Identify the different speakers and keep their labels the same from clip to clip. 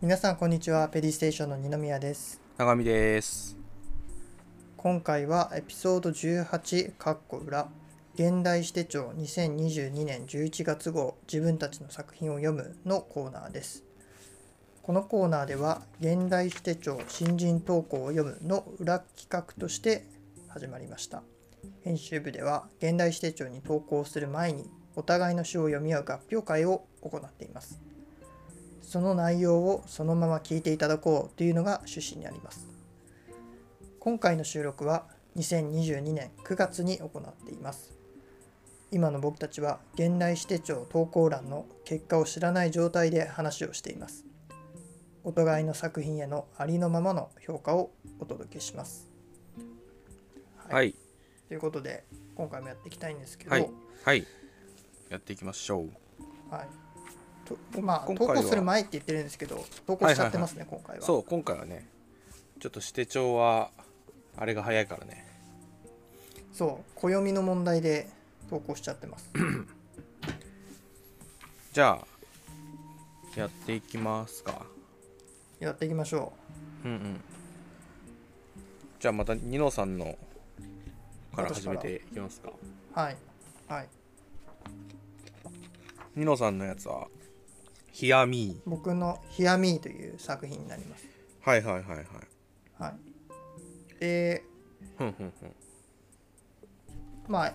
Speaker 1: 皆さんこんにちはペリーステーションの二宮です
Speaker 2: 長見です。
Speaker 1: 今回はエピソード18かっこ裏現代史手帳2022年11月号自分たちの作品を読むのコーナーですこのコーナーでは現代史手帳新人投稿を読むの裏企画として始まりました編集部では現代史手帳に投稿する前にお互いの詩を読み合う合評会を行っていますその内容をそのまま聞いていただこうというのが趣旨になります今回の収録は2022年9月に行っています今の僕たちは現代史手帳投稿欄の結果を知らない状態で話をしていますお互いの作品へのありのままの評価をお届けします
Speaker 2: はい。
Speaker 1: ということで今回もやっていきたいんですけど、
Speaker 2: はい。はい。やっていきましょう。
Speaker 1: はい。とまあ
Speaker 2: 今
Speaker 1: 投
Speaker 2: 回は
Speaker 1: 稿する前って言ってるんですけど、投稿しちゃってますね、今回は。
Speaker 2: そう、今回はね、ちょっと指定帳は、あれが早いからね。
Speaker 1: そう、暦の問題で投稿しちゃってます。
Speaker 2: じゃあ、やっていきますか。
Speaker 1: やっていきましょ
Speaker 2: うんうん。じゃあ、また、ニノさんのから
Speaker 1: 私
Speaker 2: 始
Speaker 1: から
Speaker 2: めていきますか。
Speaker 1: う。はい。はい。
Speaker 2: ニノさんのやつは、ヒアミー。
Speaker 1: 僕の「ヒアミーという作品になります。
Speaker 2: はいはいはいはい。
Speaker 1: はい。で、
Speaker 2: ふんふんふん。
Speaker 1: まあ、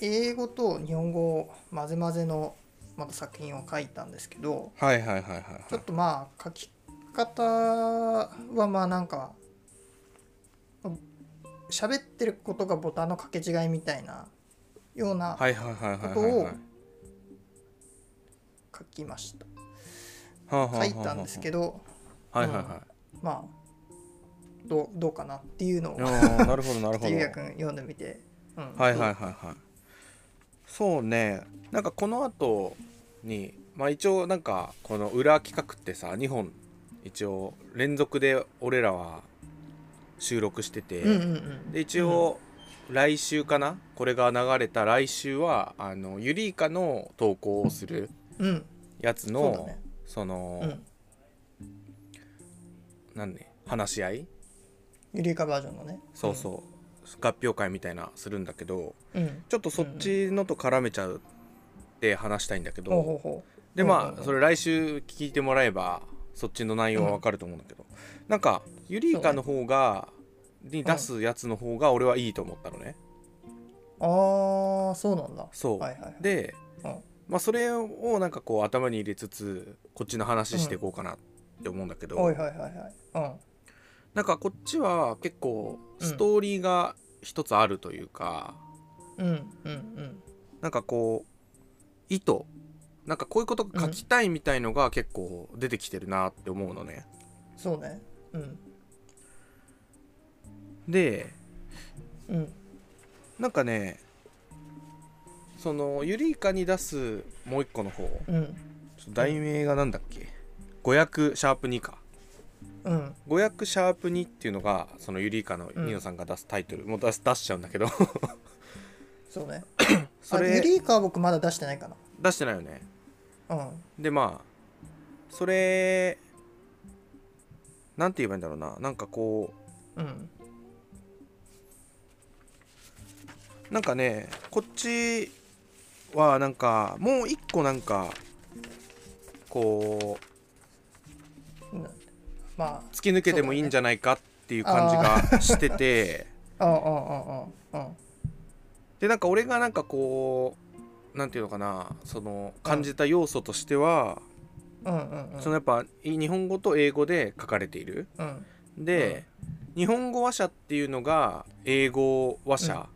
Speaker 1: 英語と日本語を混ぜ混ぜのまた作品を書いたんですけど、
Speaker 2: はいはいはいはいはい。
Speaker 1: ちょっとまあ書き方はまあなんか喋ってることがボタンの掛け違いみたいなような
Speaker 2: はいはいはいはい
Speaker 1: こと
Speaker 2: はい
Speaker 1: を
Speaker 2: はい。
Speaker 1: 書きました
Speaker 2: はあはあはあはあ
Speaker 1: 書いたんですけど
Speaker 2: はいはいはい。
Speaker 1: まあどうどうかなっていうのを
Speaker 2: あーなるほどなるほど。
Speaker 1: ゆうやくん読んでみて、うん
Speaker 2: はいはいはい
Speaker 1: ど
Speaker 2: はいそうねなんかこの後にまあ一応なんかこの裏企画ってさ2本一応連続で俺らは収録してて、
Speaker 1: ううんうんうん
Speaker 2: で一応来週かなこれが流れた来週はあのユリイカの投稿をする
Speaker 1: うん、うん、
Speaker 2: やつ
Speaker 1: そうだ
Speaker 2: の
Speaker 1: ね
Speaker 2: そ,、の、
Speaker 1: うん
Speaker 2: なんね話し合い
Speaker 1: ゆりかバージョンのね
Speaker 2: そうそう、合評会みたいなするんだけど
Speaker 1: うん、うん、
Speaker 2: ちょっとそっちのと絡めちゃうって話したいんだけど、
Speaker 1: ほうほうほう
Speaker 2: で
Speaker 1: ほう
Speaker 2: ま
Speaker 1: ほうほ
Speaker 2: あ
Speaker 1: う
Speaker 2: それ来週聞いてもらえばそっちの内容はわかると思うんだけど、なんかユリイカの方が、に出すやつの方が俺はいいと思ったのね、
Speaker 1: ああそうなんだ
Speaker 2: そう、
Speaker 1: はいはいはい
Speaker 2: で、
Speaker 1: うん
Speaker 2: まあ、それをなんかこう頭に入れつつこっちの話していこうかなって思うんだけど、
Speaker 1: はいはいはいはいうん
Speaker 2: なんかこっちは結構ストーリーが一つあるというか、
Speaker 1: うんうん
Speaker 2: なんかこう意図なんかこういうことが書きたいみたいのが結構出てきてるなって思うのね、
Speaker 1: うんそうねうん
Speaker 2: で
Speaker 1: うん
Speaker 2: なんかねそのユリイカに出すもう一個の方ちょ
Speaker 1: うん
Speaker 2: っと題名がなんだっけ500シャープ2か
Speaker 1: うん
Speaker 2: 500シャープ2っていうのがそのユリイカのニノさんが出すタイトル、もう出す出しちゃうんだ けど
Speaker 1: そうね
Speaker 2: そ
Speaker 1: あユ
Speaker 2: れ
Speaker 1: リイカは僕まだ出してないか
Speaker 2: 出してないよね
Speaker 1: なうん
Speaker 2: でまあそれなんて言えばいいんだろうななんかこ
Speaker 1: うん
Speaker 2: うなんかねこっちはなんかもう一個なんかこう
Speaker 1: うんま
Speaker 2: 突き抜けてもいいんじゃないかっていう感じがしてて、
Speaker 1: あうんうんうんうん
Speaker 2: でなんか俺がなんかこうなんていうのかなその感じた要素としては、
Speaker 1: うんうんうん
Speaker 2: そのやっぱい日本語と英語で書かれている
Speaker 1: うん
Speaker 2: で、日本語話者っていうのが英語話者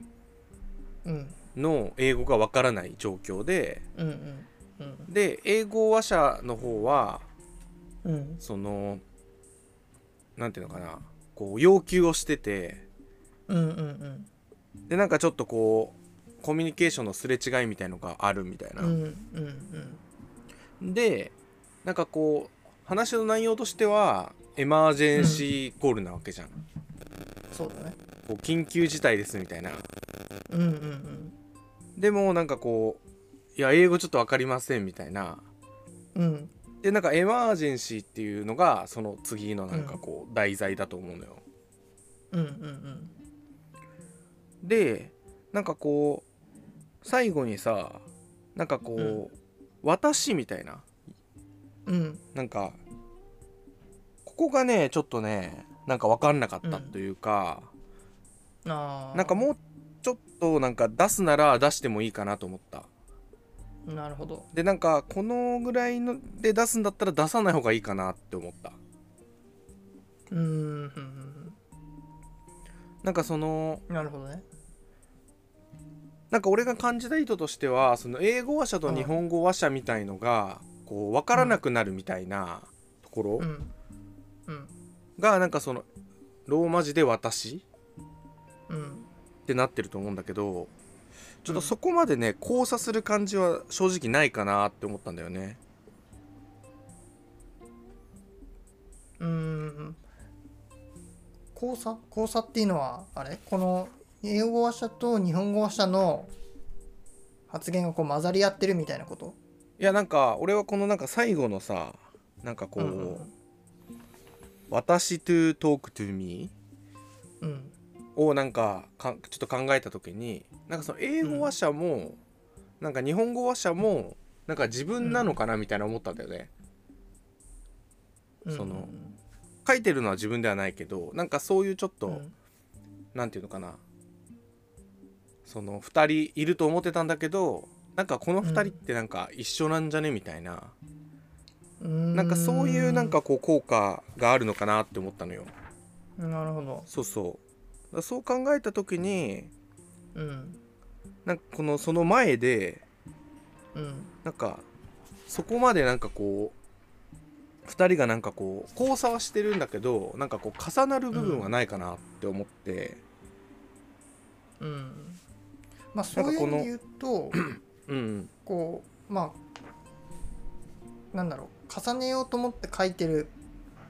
Speaker 1: うん
Speaker 2: の英語がわからない状況で
Speaker 1: うんうんうん
Speaker 2: で英語話者の方は
Speaker 1: うん
Speaker 2: そのなんていうのかなこう要求をしてて
Speaker 1: うんうんうん
Speaker 2: でなんかちょっとこうコミュニケーションのすれ違いみたいのがあるみたいな、
Speaker 1: うんうん
Speaker 2: でなんかこう話の内容としてはエマージェンシーコールなわけじゃん、
Speaker 1: そうだね
Speaker 2: こう緊急事態ですみたいな
Speaker 1: うんうんうん
Speaker 2: でもなんかこういや英語ちょっと分かりませんみたいな
Speaker 1: うん
Speaker 2: でなんかエマージェンシーっていうのがその次のなんかこう題材だと思うのよ。
Speaker 1: うんうん
Speaker 2: でなんかこう最後にさなんかこう、
Speaker 1: うん
Speaker 2: 私みたいな
Speaker 1: うんうん
Speaker 2: なんかここがねちょっとねなんか分かんなかったというか、
Speaker 1: あー
Speaker 2: なんかもうちょっとなんか出すなら出してもいいかなと思った。
Speaker 1: なるほど
Speaker 2: でなんかこのぐらいので出すんだったら出さない方がいいかなって思った。
Speaker 1: うーんうん
Speaker 2: なんかその
Speaker 1: うんなるほどね
Speaker 2: なんか俺が感じた意図としてはその英語話者と日本語話者みたいのがこう分からなくなるみたいなところ
Speaker 1: うんうん
Speaker 2: がなんかそのローマ字で「私」
Speaker 1: うん
Speaker 2: ってなってると思うんだけどちょっとそこまでね交差する感じは正直ないかなって思ったんだよね。
Speaker 1: うーん交差交差っていうのはあれこの英語話者と日本語話者の発言がこう混ざり合ってるみたいなこと
Speaker 2: いやなんか俺はこのなんか最後のさなんかこう「
Speaker 1: うんうん
Speaker 2: 私 to talk to me」
Speaker 1: うん
Speaker 2: をなんかかちょっと考えた時になんかその英語話者も、なんか日本語話者もなんか自分なのかなみたいな思ったんだよね、
Speaker 1: うん
Speaker 2: その書いてるのは自分ではないけどなんかそういうちょっと、
Speaker 1: うん
Speaker 2: なんていうのかなその2人いると思ってたんだけどなんかこの2人ってなんか一緒なんじゃねみたいな、
Speaker 1: うーん
Speaker 2: なんかそういうなんかこう効果があるのかなって思ったのよ
Speaker 1: なるほど
Speaker 2: そうそうだからそう考えた時に
Speaker 1: うん
Speaker 2: なんかこのその前で
Speaker 1: うん
Speaker 2: なんかそこまでなんかこう2人がなんかこう交差はしてるんだけどなんかこう重なる部分はないかなって思って、
Speaker 1: うんまあそういう意
Speaker 2: こ
Speaker 1: 味
Speaker 2: の
Speaker 1: で言うと
Speaker 2: うん、うん
Speaker 1: こうまあなんだろう重ねようと思って書いてる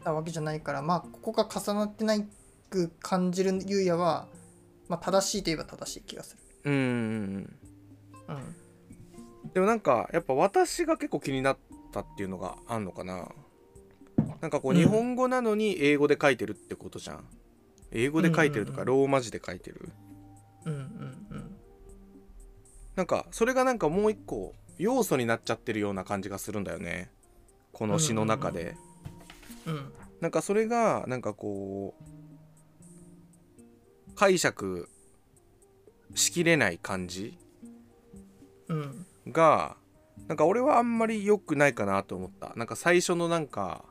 Speaker 1: わけじゃないからまあここが重なってないく感じるゆうやは、まあ、正しいといえば正しい気がする。
Speaker 2: うんうん
Speaker 1: うん、
Speaker 2: でもなんかやっぱ私が結構気になったっていうのがあんのかななんかこう
Speaker 1: うん
Speaker 2: 日本語なのに英語で書いてるってことじゃん英語で書いてるとか
Speaker 1: うんう
Speaker 2: ローマ字で書いてる
Speaker 1: うんうん
Speaker 2: なんかそれがなんかもう一個要素になっちゃってるような感じがするんだよねこの詩の中で、
Speaker 1: うんうん
Speaker 2: なんかそれがなんかこう解釈しきれない感じ
Speaker 1: うん
Speaker 2: がなんか俺はあんまり良くないかなと思ったなんか最初のなんか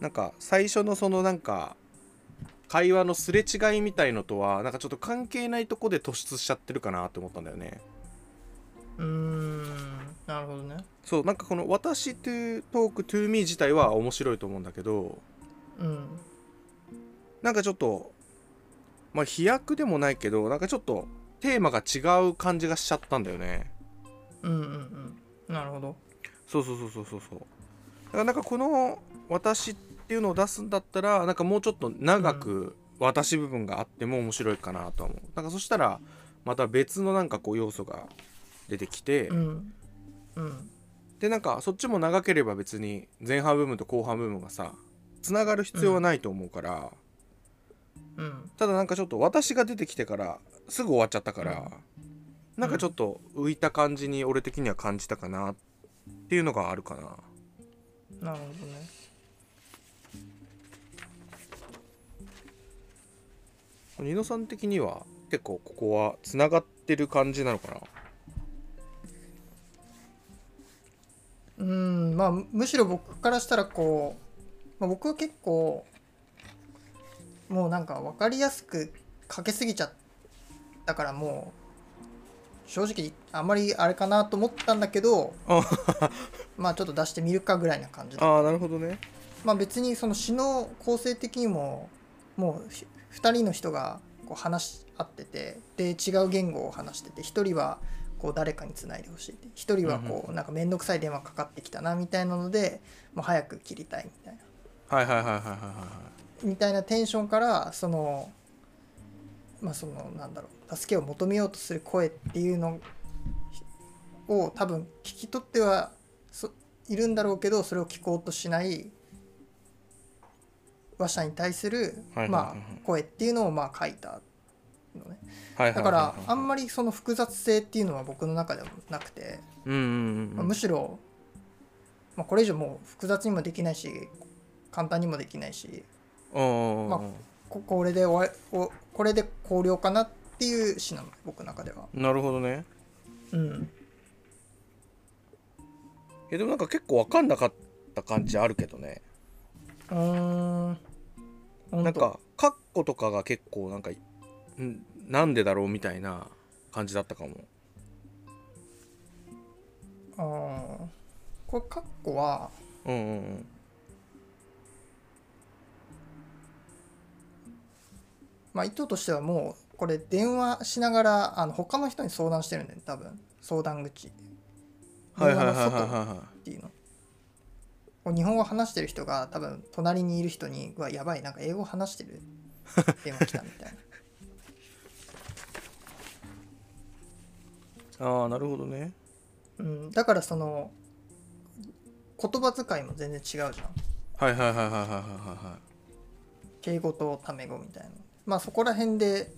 Speaker 2: なんか最初のそのなんか会話のすれ違いみたいのとはなんかちょっと関係ないとこで突出しちゃってるかなと思ったんだよね
Speaker 1: うーんなるほどね。
Speaker 2: そうなんかこの「私 to talk to me」自体は面白いと思うんだけど
Speaker 1: うん
Speaker 2: なんかちょっとまあ飛躍でもないけどなんかちょっとテーマが違う感じがしちゃったんだよね
Speaker 1: うんうんうんなるほど。
Speaker 2: そうそうそうそうそうそうだからなんかこの「私」っていうのを出すんだったらなんかもうちょっと長く「私」部分があっても面白いかなとは思うなんかそしたらまた別のなんかこう要素が出てきて、
Speaker 1: うんうん
Speaker 2: でなんかそっちも長ければ別に前半部分と後半部分がさつながる必要はないと思うから、
Speaker 1: うん
Speaker 2: ただなんかちょっと私が出てきてからすぐ終わっちゃったから、なんかちょっと浮いた感じに俺的には感じたかなっていうのがあるかな。
Speaker 1: なるほどね。
Speaker 2: ニノさん的には結構ここはつながってる感じなのかな
Speaker 1: うんまあむむしろ僕からしたらこう、まあ、僕は結構もうなんか分かりやすくかけすぎちゃったからもう正直あんまりあれかなと思ったんだけど
Speaker 2: あ
Speaker 1: まあちょっと出してみるかぐらいな感じだ
Speaker 2: ああなるほどね
Speaker 1: まあ別にその詩の構成的にももう2人の人がこう話し合っててで違う言語を話してて1人はこう誰かにつないでほしいって1人はこうなんか面倒くさい電話かかってきたなみたいなのでもう早く切りたいみたいな
Speaker 2: はいはいはいはいはいは
Speaker 1: みたいなテンションからそのまあそのなんだろう助けを求めようとする声っていうのを多分聞き取ってはそいるんだろうけどそれを聞こうとしない話者に対する、
Speaker 2: はいはいはい
Speaker 1: ま
Speaker 2: はい
Speaker 1: あ、声っていうのをまあ書いたのね
Speaker 2: はいはいはいはい
Speaker 1: だからあんまりその複雑性っていうのは僕の中ではなくて、
Speaker 2: うんうん
Speaker 1: ま
Speaker 2: う
Speaker 1: あ
Speaker 2: ん
Speaker 1: むしろ、まあ、これ以上もう複雑にもできないし簡単にもできないし
Speaker 2: うん
Speaker 1: まあここれで終わりおこれで考慮かなっていう詩なの僕の中では。
Speaker 2: なるほどね
Speaker 1: うん、
Speaker 2: えでもなんか結構分かんなかった感じあるけどね
Speaker 1: うーんほ
Speaker 2: なん
Speaker 1: と
Speaker 2: かカッコとかが結構なんかんなんでだろうみたいな感じだったかも
Speaker 1: あーこれカッコは
Speaker 2: うんうんうん
Speaker 1: まあ、意図としてはもうこれ電話しながらあの他の人に相談してるんだよね多分相談口
Speaker 2: はいはいはいはい
Speaker 1: 電話の外っ
Speaker 2: はいは
Speaker 1: ていうのこう日本語話してる人が多分隣にいる人に「うわやばいなんか英語話して る電話来た」みたいない
Speaker 2: ああなるほどね、
Speaker 1: うん、だからその言葉遣いも全然違うじゃん
Speaker 2: はいはいはいはいはいはいは
Speaker 1: 敬語とタメ語みたいなまあそこら辺で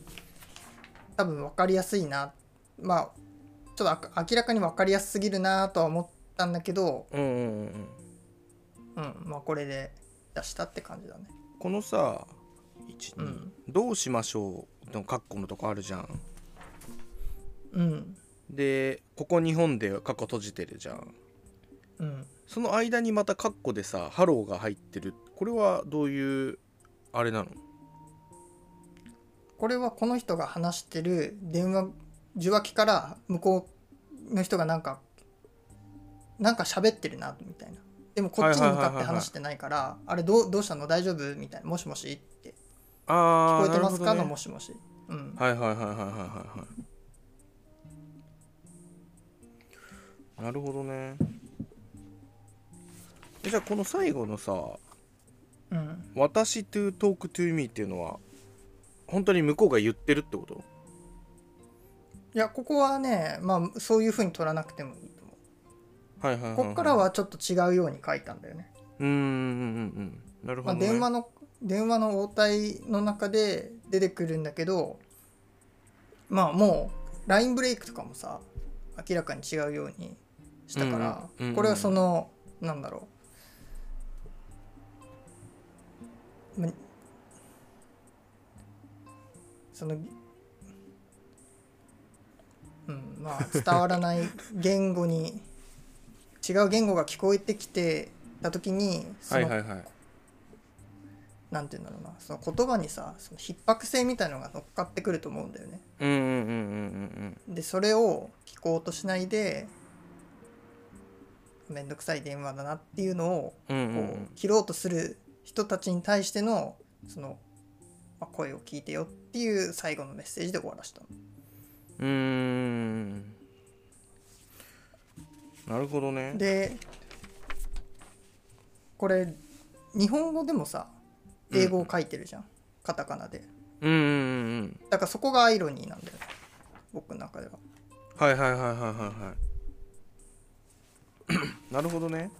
Speaker 1: 多分分かりやすいなまあちょっとあか明らかに分かりやすすぎるなとは思ったんだけど
Speaker 2: いうんうんうんうん
Speaker 1: うんまあこれで出したって感じだね
Speaker 2: このさ1、
Speaker 1: う
Speaker 2: 2
Speaker 1: ん
Speaker 2: どうしましょうのカッコのとこあるじゃん
Speaker 1: うん
Speaker 2: でここ日本でカッコ閉じてるじゃん
Speaker 1: うん
Speaker 2: その間にまたカッコでさハローが入ってるこれはどういうあれなの
Speaker 1: これはこの人が話してる電話受話器から向こうの人がなんかなんか喋ってるなみたいなでもこっちに向かって話してないから「あれどうどうしたの大丈夫?」みたいな「もしもし?」って「
Speaker 2: あ
Speaker 1: 聞
Speaker 2: あ
Speaker 1: こえてますか?」
Speaker 2: な
Speaker 1: の「
Speaker 2: る
Speaker 1: も
Speaker 2: ほ
Speaker 1: しもし」うん
Speaker 2: どねはいはいはいはいはいはいはいなるほどねえじゃあこの最後のさ
Speaker 1: うん
Speaker 2: 「私 to talk to me」っていうのは本当に向こうが言ってるってこと
Speaker 1: いやここはねまあそういうふうに取らなくてもいいと思
Speaker 2: はいはいはい、
Speaker 1: う
Speaker 2: はい、
Speaker 1: こっからはちょっと違うように書いたんだよね
Speaker 2: うーんうんうんなるほ
Speaker 1: ま
Speaker 2: ど、
Speaker 1: あ、
Speaker 2: ね
Speaker 1: 電話の電話の応対の中で出てくるんだけどまあもうラインブレイクとかもさ明らかに違うようにしたから、
Speaker 2: うんうん
Speaker 1: これはそのなんだろう、まそのうんまあ伝わらない言語に違う言語が聞こえてきてた時にそ
Speaker 2: はい
Speaker 1: の
Speaker 2: はいはい
Speaker 1: なんて言うんだろうなその言葉にさその逼迫性みたいのが乗っかってくると思うんだよね。
Speaker 2: うんうんうんうん
Speaker 1: でそれを聞こうとしないで面倒くさい電話だなっていうのを
Speaker 2: うんうんうんう
Speaker 1: こ
Speaker 2: んう
Speaker 1: うん切ろうとする人たちに対してのその、まあ、声を聞いてよっていう最後のメッセージで終わらしたの。
Speaker 2: うーんなるほどね
Speaker 1: でこれ日本語でもさ英語を書いてるじゃん、カタカナで
Speaker 2: うんうんうんうん
Speaker 1: だからそこがアイロニーなんだよね僕の中では。
Speaker 2: はいはいはいはいはいはいなるほどね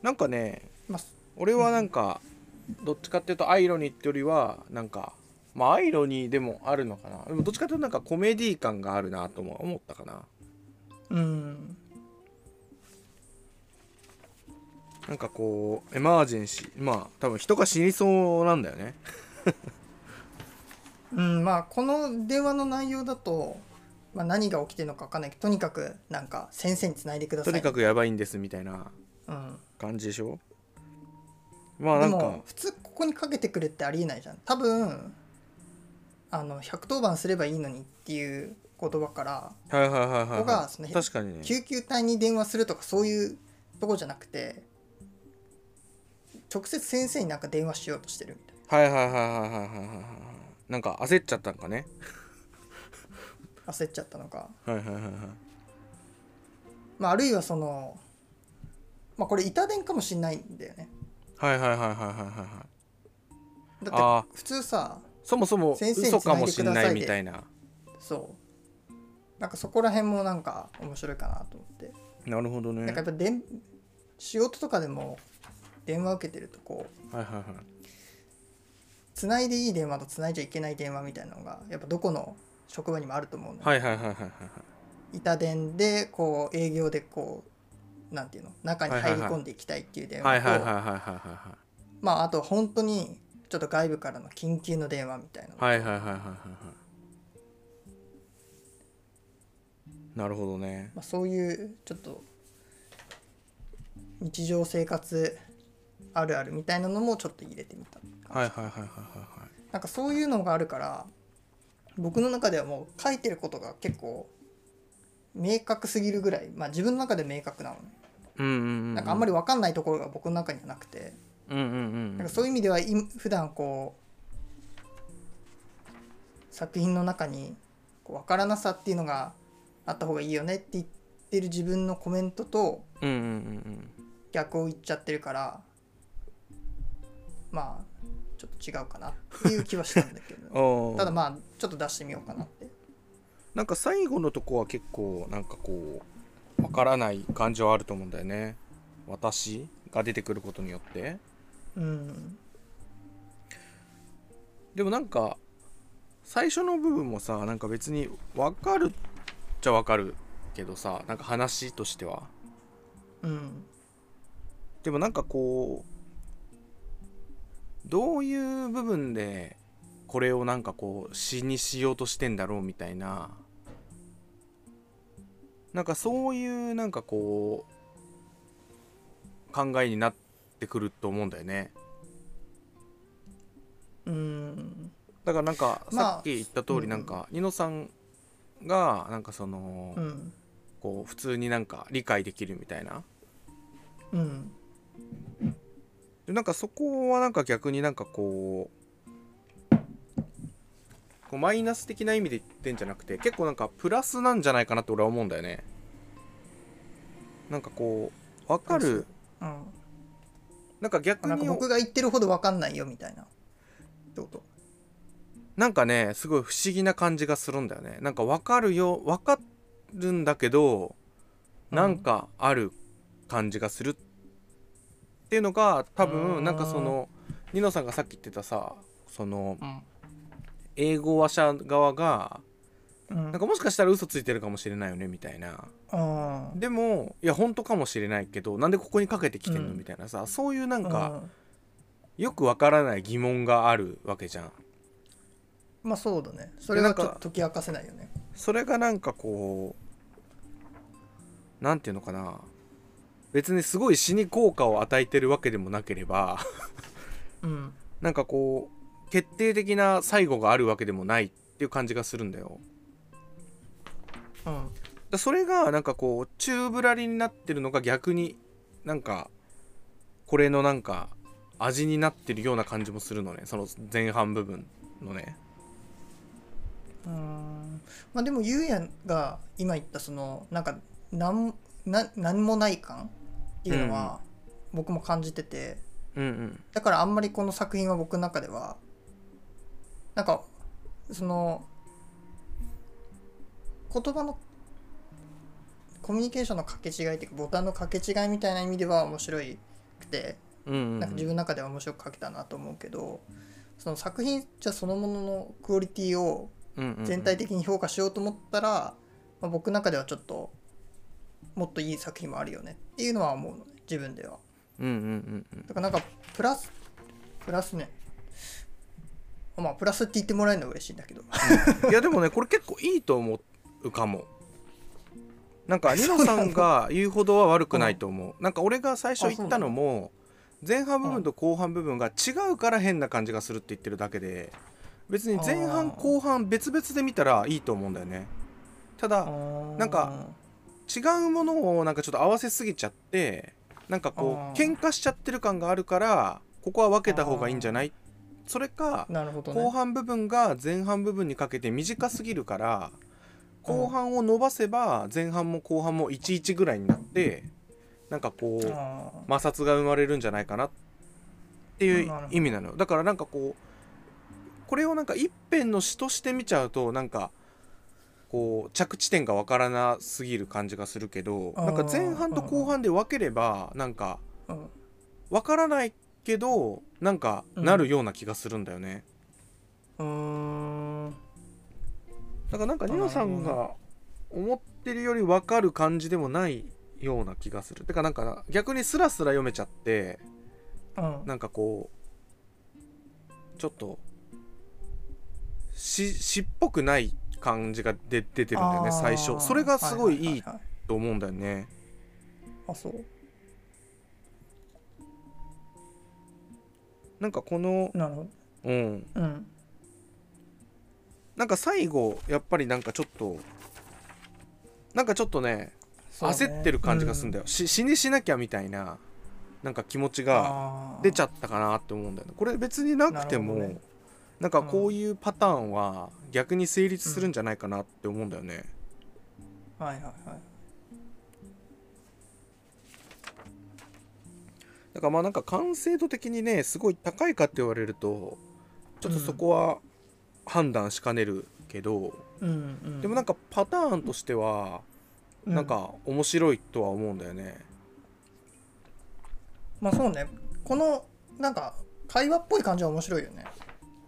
Speaker 2: なんかね
Speaker 1: まあ
Speaker 2: 俺はなんかどっちかっていうとアイロニーってよりはなんかまあアイロニーでもあるのかなでもどっちかっていうとなんかコメディ感があるなとも思ったかな
Speaker 1: うん
Speaker 2: なんかこうエマージェンシーまあ多分人が死にそうなんだよね
Speaker 1: うん、まあこの電話の内容だと、まあ、何が起きてるのか分かんないけどとにかくなんか先生につないでくださ
Speaker 2: と
Speaker 1: い
Speaker 2: にかくやばいんですみたいな
Speaker 1: うん、
Speaker 2: 感じでしょまあ
Speaker 1: で
Speaker 2: なんか
Speaker 1: も普通ここにかけてくるってありえないじゃん多分あの110番すればいいのにっていう言葉から
Speaker 2: はいはいはいはい
Speaker 1: ここが
Speaker 2: は
Speaker 1: その
Speaker 2: い確かにね
Speaker 1: 救急隊に電話するとかそういうとこじゃなくて直接先生になんか電話しようとしてるみたい
Speaker 2: はいはいはいはいはいはいはいはいなんか焦っちゃったんかね
Speaker 1: な焦っちゃったのか
Speaker 2: はいはいはいはい
Speaker 1: まああるいはそのまあこれ板伝かもしんないんだよね
Speaker 2: はいはいはいはいはいはいはい
Speaker 1: だ
Speaker 2: あ
Speaker 1: って普通さ
Speaker 2: そもそも
Speaker 1: 先生に
Speaker 2: 嘘かも
Speaker 1: つ
Speaker 2: し
Speaker 1: ないでくだ
Speaker 2: ん
Speaker 1: さ
Speaker 2: な
Speaker 1: い
Speaker 2: い
Speaker 1: で
Speaker 2: みたいな
Speaker 1: そうなんかそこら辺もなんか面白いかなと思って
Speaker 2: なるほど
Speaker 1: なんかや
Speaker 2: ね
Speaker 1: っぱ電仕事とかでも電話受けてるとこう
Speaker 2: はいはいはい
Speaker 1: 繋いでいい電話と繋いじゃいけない電話みたいなのがやっぱどこの職場にもあると思うので、
Speaker 2: はいはいはいはいはい
Speaker 1: 板電でこう営業でこうなんていうの中に入り込んでいきたいっていう電
Speaker 2: はいはいはいはいはい
Speaker 1: 話とまああと本当にちょっと外部からの緊急の電話みたいなの
Speaker 2: はいはいはいはいはいはいはいなるほどね
Speaker 1: まあ、そういうちょっと日常生活あるあるみたいなのもちょっと入れてみた
Speaker 2: はいはいはいはいはいはい
Speaker 1: なんかそういうのがあるから僕の中ではもう書いてることが結構明確すぎるぐらいまあ自分の中で明確なのね
Speaker 2: うんうんうん
Speaker 1: なんかあんまり分かんないところが僕の中にはなくて
Speaker 2: うんうんうん
Speaker 1: なんかそういう意味ではい普段こう作品の中にこう分からなさっていうのがあった方がいいよねって言ってる自分のコメントと
Speaker 2: うんうんうん
Speaker 1: 逆を言っちゃってるからまあちょっと違うかなっていう気はしたんだけ ど、
Speaker 2: うんおー
Speaker 1: ただまあちょっと出してみようかなって
Speaker 2: なんか最後のとこは結構なんかこうわからない感じはあると思うんだよね私が出てくることによって
Speaker 1: うん
Speaker 2: でもなんか最初の部分もさなんか別にわかるっちゃわかるけどさなんか話としては
Speaker 1: うん
Speaker 2: でもなんかこうどういう部分でこれをなんかこう詩にしようとしてんだろうみたいななんかそういうなんかこう考えになってくると思うんだよね
Speaker 1: うん
Speaker 2: だからなんか
Speaker 1: まあ
Speaker 2: さっき言った通りなんかニノさんがなんかその
Speaker 1: うん
Speaker 2: こう普通になんか理解できるみたいな
Speaker 1: うん
Speaker 2: でなんかそこはなんか逆になんかこうこうマイナス的な意味で言ってんじゃなくて結構なんかプラスなんじゃないかなって俺は思うんだよねなんかこう分かる
Speaker 1: うん
Speaker 2: なんか逆
Speaker 1: なんか
Speaker 2: に
Speaker 1: 僕が言ってるほど分かんないよみたいなってこと
Speaker 2: なんかねすごい不思議な感じがするんだよねなんか分かるよ分かるんだけど
Speaker 1: うん
Speaker 2: なんかある感じがするっていうのが多
Speaker 1: う
Speaker 2: 分
Speaker 1: ん
Speaker 2: なんかそのニノさんがさっき言ってたさその
Speaker 1: うん
Speaker 2: 英語話者側が
Speaker 1: うん
Speaker 2: なんかもしかしたら嘘ついてるかもしれないよねみたいな
Speaker 1: うん
Speaker 2: でもいや本当かもしれないけどなんでここにかけてきてんの
Speaker 1: うん
Speaker 2: みたいなさそういうなん
Speaker 1: う
Speaker 2: か
Speaker 1: ん
Speaker 2: よくわからない疑問があるわけじゃん
Speaker 1: まあそうだねそれはちょ
Speaker 2: な
Speaker 1: っ
Speaker 2: んか
Speaker 1: と解き明かせないよね
Speaker 2: それがなんかこうなんていうのかな別にすごい詩に効果を与えてるわけでもなければ
Speaker 1: うん
Speaker 2: なんかこう決定的な最後があるわけでもないっていう感じがするんだよ
Speaker 1: うん
Speaker 2: だそれがなんかこう宙ぶらりになってるのが逆になんかこれのなんか味になってるような感じもするのねその前半部分のね
Speaker 1: うーんまあでもゆうやが今言ったそのなんかなんな何もない感っていうのは僕も感じてて、
Speaker 2: うんうん
Speaker 1: だからあんまりこの作品は僕の中ではなんかその言葉のコミュニケーションの掛け違いっていうかボタンの掛け違いみたいな意味では面白くて
Speaker 2: うんうん
Speaker 1: なんか自分の中では面白く書けたなと思うけどその作品じゃそのもののクオリティを
Speaker 2: うんうん
Speaker 1: 全体的に評価しようと思ったら、まあ、僕の中ではちょっともっといい作品もあるよねっていうのは思うのね自分では
Speaker 2: うんうんうんうん
Speaker 1: だからなんかプラスプラスねまあプラスって言ってもらえるのは嬉しいんだけど
Speaker 2: いやでもねこれ結構いいと思うかもなんかニノさんが言うほどは悪くないと思うなんか俺が最初言ったのも前半部分と後半部分が違うから変な感じがするって言ってるだけで別に前半
Speaker 1: あー
Speaker 2: 後半別々で見たらいいと思うんだよねただなんか違うものをなんかちょっと合わせすぎちゃってなんかこ
Speaker 1: あー
Speaker 2: う喧嘩しちゃってる感があるからここは分けた方がいいんじゃないそれか
Speaker 1: なるほどね
Speaker 2: 後半部分が前半部分にかけて短すぎるから後半を伸ばせば前半も後半も11ぐらいになってなんかこう
Speaker 1: あー
Speaker 2: 摩擦が生まれるんじゃないかなっていう
Speaker 1: なるほど
Speaker 2: 意味なのよだからなんかこうこれをなんか一辺の詩として見ちゃうとなんかこう着地点がわからなすぎる感じがするけど
Speaker 1: あー
Speaker 2: なんか前半と後半で分ければなんか
Speaker 1: うん
Speaker 2: わからないけどなんかなるような気がするんだよね。
Speaker 1: うーん
Speaker 2: だからなんかニノさんが思ってるより分かる感じでもないような気がする。てかなんか逆にスラスラ読めちゃって
Speaker 1: うん
Speaker 2: なんかこうちょっと詩詩っぽくない感じが出出てるんだよね
Speaker 1: あー
Speaker 2: 最初それがすごいい
Speaker 1: はいははは
Speaker 2: と思うんだよね
Speaker 1: あそう
Speaker 2: なんかこの
Speaker 1: なるほ
Speaker 2: うん
Speaker 1: どうん
Speaker 2: なんか最後やっぱりなんかちょっとなんかちょっとね
Speaker 1: そうね
Speaker 2: 焦ってる感じがするんだよ、し死にしなきゃみたいななんか気持ち
Speaker 1: うん
Speaker 2: が
Speaker 1: あー
Speaker 2: 出ちゃったかなって思うんだよねこれ別になくて
Speaker 1: な
Speaker 2: もな,、
Speaker 1: るほどね
Speaker 2: んかこういうパターンは逆に成立するんじゃないかなって思うんだよね、
Speaker 1: はいはいはい
Speaker 2: だからまあなんか完成度的にねすごい高いかって言われるとちょっとそこは判断しかねるけど、
Speaker 1: うんうん
Speaker 2: でもなんかパターンとしては
Speaker 1: う
Speaker 2: なんか面白いとは思うんだよね、
Speaker 1: まあそうねこのなんか会話っぽい感じは面白いよね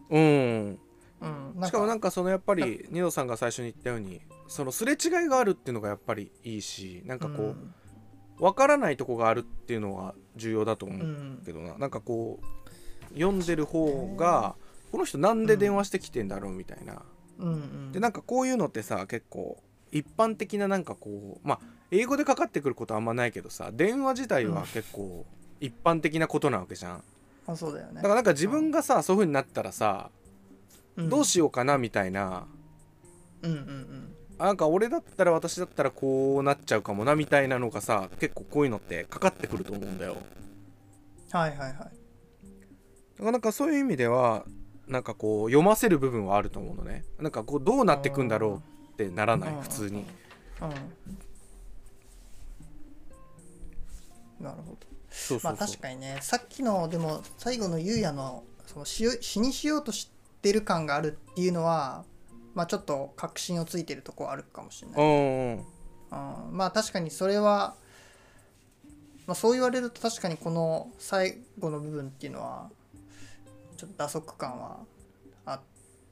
Speaker 2: うん
Speaker 1: うんなんか
Speaker 2: しかもなんかそのやっぱ
Speaker 1: な
Speaker 2: りニノさんが最初に言ったようにそのすれ違いがあるっていうのがやっぱりいいしなんかこ
Speaker 1: ん
Speaker 2: う分からないとこがあるっていうのは重要だと思
Speaker 1: う
Speaker 2: うんけどな、なんかこう読んでる方がこの人なんで電話してきてんだろうみたいな、
Speaker 1: うんうん
Speaker 2: でなんかこういうのってさ結構一般的ななんかこうまあ英語でかかってくることはあんまないけどさ電話自体は結構一般的なことなわけじゃん
Speaker 1: あそうだよね
Speaker 2: だからなんか自分がさそういう風になったらさどうしようかなみたいな
Speaker 1: うんうんうん
Speaker 2: あなんか俺だったら私だったらこうなっちゃうかもなみたいなのがさ結構こういうのってかかってくると思うんだよだ
Speaker 1: はいはいはい
Speaker 2: からなんかそういう意味ではなんかこう読ませる部分はあると思うのねなんかこうどうなってくんだろうってならない
Speaker 1: うん
Speaker 2: 普通に
Speaker 1: うんなるほど
Speaker 2: そうそ
Speaker 1: ま
Speaker 2: う
Speaker 1: あ
Speaker 2: そう
Speaker 1: 確かにねさっきのでも最後のゆうやのそのしよ死にしようとしてる感があるっていうのはまあちょっと確信をついてるとこはあるかもしれない
Speaker 2: うんうん
Speaker 1: うん、まあ確かにそれは、まあ、そう言われると確かにこの最後の部分っていうのはちょっと打足感はあ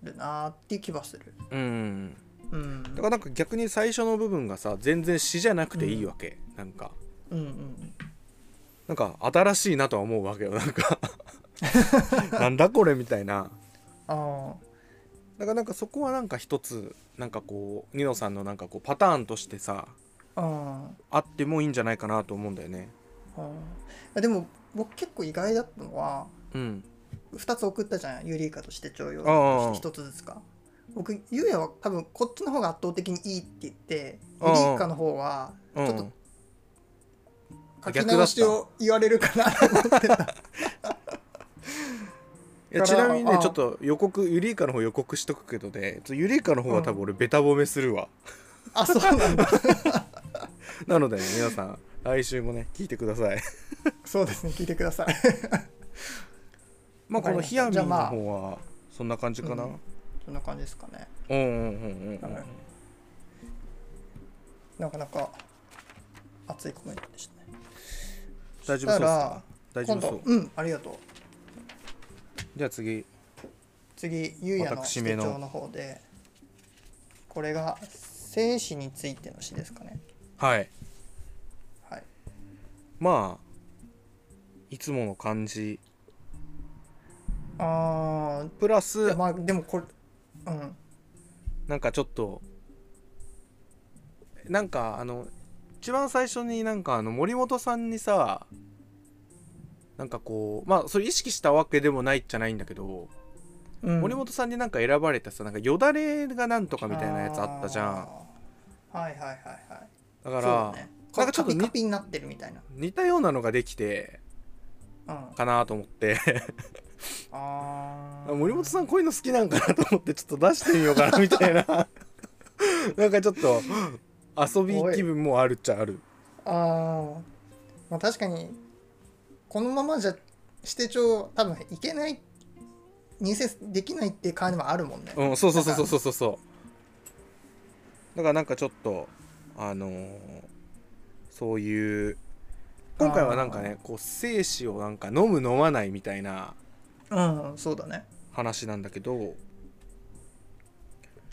Speaker 1: るなーっていう気はする。
Speaker 2: うんうん
Speaker 1: うん、
Speaker 2: だからなんか逆に最初の部分がさ全然詩じゃなくていいわけ、なんか
Speaker 1: うんうん
Speaker 2: なんか新しいなとは思うわけよなんかなんだこれみたいな
Speaker 1: あー
Speaker 2: だからなんかそこはなんか一つなんかこうニノさんのなんかこうパターンとしてさ
Speaker 1: あ
Speaker 2: あってもいいんじゃないかなと思うんだよね
Speaker 1: ーあーでも僕結構意外だったのは
Speaker 2: うん
Speaker 1: 2つ送ったじゃんユリイカとして徴用
Speaker 2: ああ
Speaker 1: 1つずつか。僕ゆうやは多分こっちの方が圧倒的にいいって言って
Speaker 2: あ
Speaker 1: ユ
Speaker 2: あ
Speaker 1: リイカの方は
Speaker 2: う
Speaker 1: ちょっと
Speaker 2: ん
Speaker 1: 書き直しを言われるかなと思ってた。
Speaker 2: いやちなみに
Speaker 1: あ
Speaker 2: ね
Speaker 1: あ
Speaker 2: ちょっと予告ユリイカの方予告しとくけどねちょっとユリイカの方は多分俺ベタ褒めするわ、
Speaker 1: あそうなんだ
Speaker 2: なので、ね、皆さん来週もね聞いてください
Speaker 1: そうですね聞いてください
Speaker 2: まあこの
Speaker 1: わか
Speaker 2: ヒ
Speaker 1: りま
Speaker 2: ヤ
Speaker 1: したじゃあ
Speaker 2: ミンの
Speaker 1: まあ
Speaker 2: 方はそんな感じかな、
Speaker 1: うんそんな感じですかね
Speaker 2: うんうんうんうん、
Speaker 1: はいなかなか熱いコメントでしたね
Speaker 2: 大丈夫そうですか
Speaker 1: そ
Speaker 2: 大
Speaker 1: したら今
Speaker 2: 丈夫そう
Speaker 1: 度うんありがとう
Speaker 2: じゃあ次
Speaker 1: 次ゆうやの
Speaker 2: 私め
Speaker 1: 手
Speaker 2: の
Speaker 1: 帳の方でこれが生死についての詩ですかね
Speaker 2: はい
Speaker 1: はい
Speaker 2: まあいつもの感じ
Speaker 1: あ
Speaker 2: プラ
Speaker 1: ー
Speaker 2: ス
Speaker 1: まあでもこれうん
Speaker 2: なんかちょっとなんかあの一番最初になんかあの森本さんにさなんかこうまあそれ意識したわけでもないじゃないんだけど、
Speaker 1: うん
Speaker 2: 森本さんになんか選ばれたさなんかよだれがなんとかみたいなやつあったじゃん
Speaker 1: あーはいはいはいはい
Speaker 2: だか
Speaker 1: そ
Speaker 2: ら
Speaker 1: うだね
Speaker 2: な
Speaker 1: なんん
Speaker 2: か
Speaker 1: か
Speaker 2: ち
Speaker 1: ち
Speaker 2: ょ
Speaker 1: ょ
Speaker 2: っ
Speaker 1: っと
Speaker 2: とに
Speaker 1: カピカピになってるみたいな
Speaker 2: 似たようなのができて
Speaker 1: うん
Speaker 2: かなと思って
Speaker 1: あー
Speaker 2: 森本さんこういうの好きなんかなと思ってちょっと出してみようかなみたいな なんかちょっと遊び気分もあるっちゃある
Speaker 1: ああまあ確かにこのままじゃ指定帳多分いけない入選できないっていう感じもあるもんね、
Speaker 2: うんそうそうそうそうそうそうだからなんかちょっとあのーそういう今回はなんかねこう精子をなんか飲む飲まないみたいな
Speaker 1: うんそうだね
Speaker 2: 話なんだけど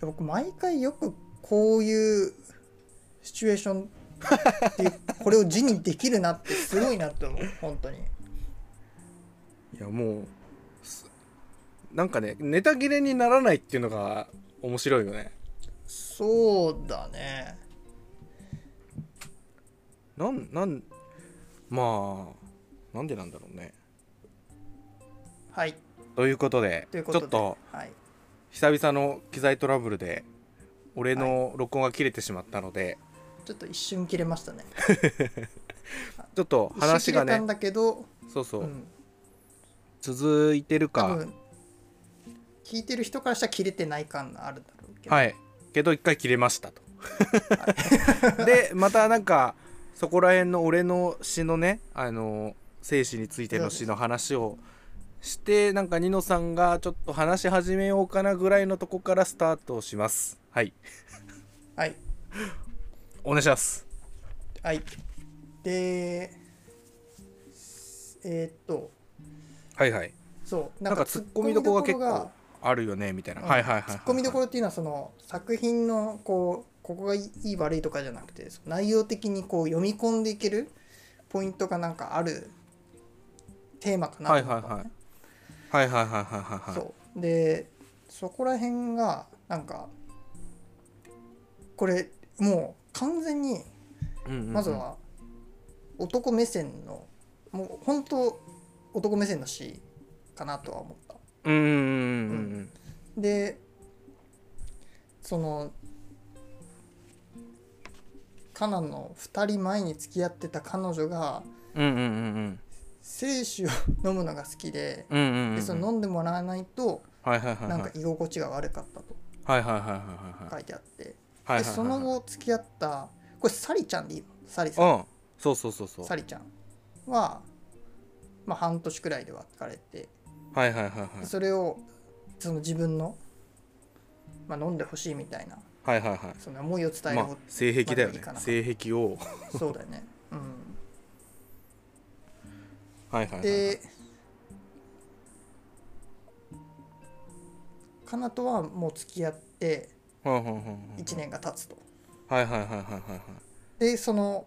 Speaker 1: 僕毎回よくこういうシチュエーションっていう これを字にできるなってすごいなって思う本当に
Speaker 2: いやもうすなんかねネタ切れにならないっていうのが面白いよね
Speaker 1: そうだね
Speaker 2: なんなんまあなんでなんだろうね
Speaker 1: はい
Speaker 2: ということで
Speaker 1: ということで
Speaker 2: ちょっと
Speaker 1: はい、
Speaker 2: 久々の機材トラブルで俺の録音が切れてしまったので、
Speaker 1: ちょっと一瞬切れましたね
Speaker 2: ちょっと話が
Speaker 1: 一瞬切れた
Speaker 2: ね
Speaker 1: んだけど、
Speaker 2: そうそう、
Speaker 1: うん、
Speaker 2: 続いてる
Speaker 1: 多
Speaker 2: か、
Speaker 1: 分聞いてる人からしたら切れてない感があるんだろうけど、
Speaker 2: はいけど一回切れましたと でまたなんかそこら辺の俺の詩のねあの生死についての詩の話をしてなんかニノさんがちょっと話し始めようかなぐらいのとこからスタートしますはい
Speaker 1: はい
Speaker 2: お願いします
Speaker 1: はいでえーっと
Speaker 2: はいはい
Speaker 1: そう
Speaker 2: なんか突っ込みどころが結構あるよねみたいな、はいはいはいはい
Speaker 1: ツッコミどころっていうのはその作品のこうここがいい悪いとかじゃなくてその内容的にこう読み込んでいけるポイントがなんかあるテーマかなと思ったのね
Speaker 2: はいはいはいはいはいはいはいはいはい
Speaker 1: そうでそこら辺がなんかこれもう完全に
Speaker 2: うんうんうん
Speaker 1: まずは男目線のもう本当男目線の詩かなとは思った。
Speaker 2: うんうんうんうんうん
Speaker 1: でそのカナンの2人前に付き合ってた彼女が
Speaker 2: うんうんうん
Speaker 1: 精子を飲むのが好きで
Speaker 2: うんうんうん
Speaker 1: でその飲んでもらわないと
Speaker 2: はいはいはいはい
Speaker 1: なんか居心地が悪かったと
Speaker 2: はいはいはいはいはい
Speaker 1: 書いてあって
Speaker 2: はいはいはいはい
Speaker 1: でその後付き合ったこれサリちゃんでいいのサリさん
Speaker 2: うんそうそうそうそう
Speaker 1: サリちゃんは、まあ、半年くらいで別れて
Speaker 2: はいはいはいはい
Speaker 1: でそれをその自分の、まあ、飲んでほしいみたいな
Speaker 2: はいはいは
Speaker 1: その思いを伝え
Speaker 2: い
Speaker 1: る
Speaker 2: まあ性癖だよ
Speaker 1: まあいい
Speaker 2: ね
Speaker 1: かな
Speaker 2: 性癖を
Speaker 1: そうだよね。うん、
Speaker 2: はいはいはい
Speaker 1: で、かなとはもう付き合って
Speaker 2: うんうんうんうん
Speaker 1: 1年が経つと。
Speaker 2: はいはいはいはいはいはい
Speaker 1: で、その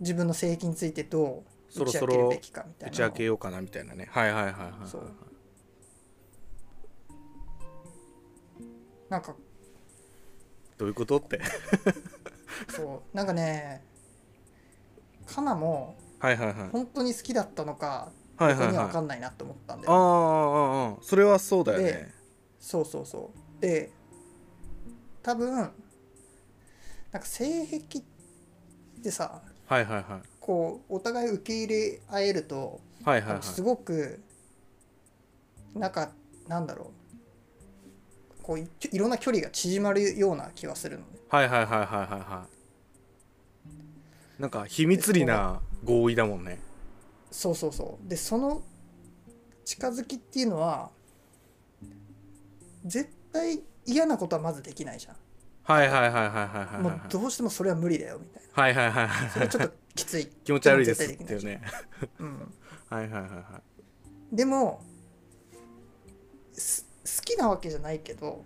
Speaker 1: 自分の性癖についてどう
Speaker 2: そ
Speaker 1: 打
Speaker 2: ろ
Speaker 1: ち
Speaker 2: そ
Speaker 1: 明ける
Speaker 2: ろ
Speaker 1: べきかみた
Speaker 2: 打
Speaker 1: い
Speaker 2: ち
Speaker 1: なの
Speaker 2: 明
Speaker 1: を。
Speaker 2: けようかなみたいなねはいはいはいはいはい
Speaker 1: そうなんか
Speaker 2: どういうことって
Speaker 1: そうなんかねかなも
Speaker 2: はいはいはいはい
Speaker 1: 本当に好きだったのか
Speaker 2: はい
Speaker 1: 僕
Speaker 2: はい
Speaker 1: には
Speaker 2: あ
Speaker 1: 分かんないなと思ったんで、
Speaker 2: あああそれはそうだよ
Speaker 1: で
Speaker 2: ね
Speaker 1: そうそうそうで多分なんか性癖ってさ
Speaker 2: はいはいはい
Speaker 1: こうお互い受け入れ合えると
Speaker 2: はいはいは
Speaker 1: なん
Speaker 2: い
Speaker 1: かすごくなんかなんだろうこういいろんな距離が縮まるような気はするのね
Speaker 2: はいはいはいはいはいはいなんか秘密裏な合意だもんね
Speaker 1: そうそうそうでその近づきっていうのは絶対嫌なことはまずできないじゃん、
Speaker 2: はいはいはいはいはいはい
Speaker 1: もうどうしてもそれは無理だよみたいな
Speaker 2: はいはいはいはい
Speaker 1: それちょっときつい
Speaker 2: 気持ち悪いですっ
Speaker 1: 絶対
Speaker 2: て
Speaker 1: で
Speaker 2: いう
Speaker 1: きない
Speaker 2: ね
Speaker 1: うん、
Speaker 2: はいはいはいはい
Speaker 1: でもす好きなわけじゃないけど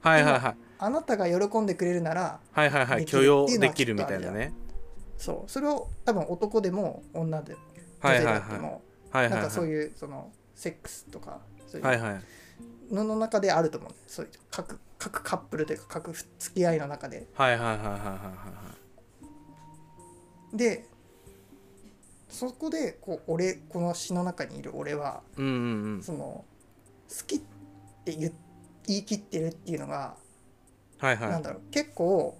Speaker 2: はいはいはい
Speaker 1: あなたが喜んでくれるなら
Speaker 2: はいはいはい
Speaker 1: できる
Speaker 2: 許容できるみたいなね
Speaker 1: そうそれを多分男でも女でも
Speaker 2: は
Speaker 1: 女
Speaker 2: い
Speaker 1: 性であ
Speaker 2: はいはい
Speaker 1: っても
Speaker 2: はい
Speaker 1: な
Speaker 2: は
Speaker 1: ん
Speaker 2: い
Speaker 1: かそう
Speaker 2: は
Speaker 1: いうそのセックスとかそうい
Speaker 2: いうはい
Speaker 1: のの中であると思うねそういう各各カップルというか各付き合いの中で
Speaker 2: はいはいはいはいはいは
Speaker 1: でそこでこう俺この詩の中にいる俺はい
Speaker 2: うんうんうん
Speaker 1: その好きって言言い切ってるっていうのが
Speaker 2: はいは
Speaker 1: なん
Speaker 2: い
Speaker 1: だろう結構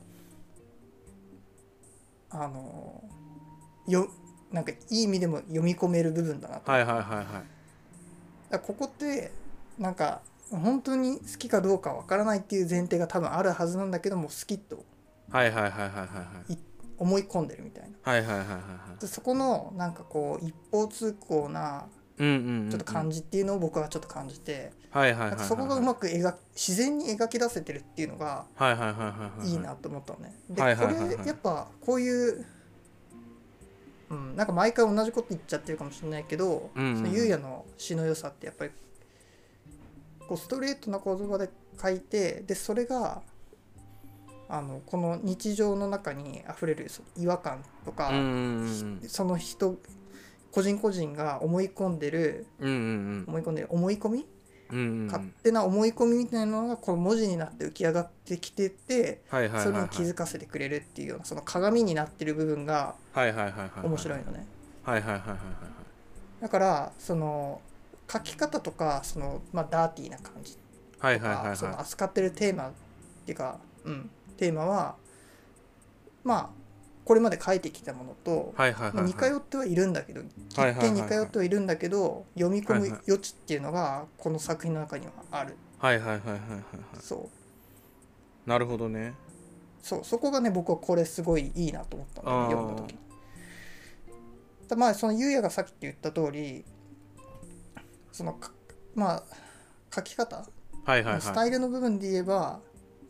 Speaker 1: あのよなんかいい意味でも読み込める部分だなと、
Speaker 2: はいはいはいは
Speaker 1: だ
Speaker 2: い
Speaker 1: からここってなんか本当に好きかどうかわからないっていう前提が多分あるはずなんだけども好きと
Speaker 2: はいはいはいはいはい
Speaker 1: 思い込んでるみたいな
Speaker 2: はいはいはいはいはい
Speaker 1: でそこのなんかこう一方通行な
Speaker 2: うんうんうん
Speaker 1: ちょっと感じっていうのを僕はちょっと感じて、
Speaker 2: はいはいは
Speaker 1: なん
Speaker 2: いは
Speaker 1: か
Speaker 2: い
Speaker 1: そこがうまく描き自然に描き出せてるっていうのが
Speaker 2: はいはいはいはいはい
Speaker 1: いなと思ったのね。で
Speaker 2: はい
Speaker 1: こ
Speaker 2: はいはいはい
Speaker 1: れやっぱこういう、うん、なんか毎回同じこと言っちゃってるかもしれないけど、
Speaker 2: うんうん
Speaker 1: そのゆうやの詩の良さってやっぱりこうストレートな言葉で書いてでそれがあのこの日常の中にあふれるそ違和感とか、
Speaker 2: うんうんうん
Speaker 1: その人個人個人が思い込んでる
Speaker 2: うんうん
Speaker 1: 思い込んでる思い込み
Speaker 2: うんうんうん
Speaker 1: 勝手な思い込みみたいなのがこう文字になって浮き上がってきてて
Speaker 2: はいはいはいはい
Speaker 1: それに気づかせてくれるっていうようなその鏡になってる部分が
Speaker 2: はいはいはいはいはい
Speaker 1: 面白いのね
Speaker 2: はいはいはいはいはい
Speaker 1: だからその書き方とかそのまあダーティーな感じ
Speaker 2: はい
Speaker 1: と
Speaker 2: はいはい
Speaker 1: かそ
Speaker 2: はい
Speaker 1: の扱ってるテーマっていうかうんテーマはまあこれまで書いてきたものと
Speaker 2: はいはい
Speaker 1: まあ
Speaker 2: はい
Speaker 1: 似通ってはいるんだけど
Speaker 2: はいはい
Speaker 1: 一見似通ってはいるんだけど読み込む
Speaker 2: はいはい
Speaker 1: 余地っていうのがこの作品の中にはある
Speaker 2: はいはいはいはいはいはい
Speaker 1: そう
Speaker 2: なるほどね
Speaker 1: そうそこがね僕はこれすごいいいなと思ったの、ね、
Speaker 2: あー
Speaker 1: 読んだ時だまあそのゆうやがさっき言った通りそのかまあ書き方、
Speaker 2: はいはいはい
Speaker 1: スタイルの部分で言えば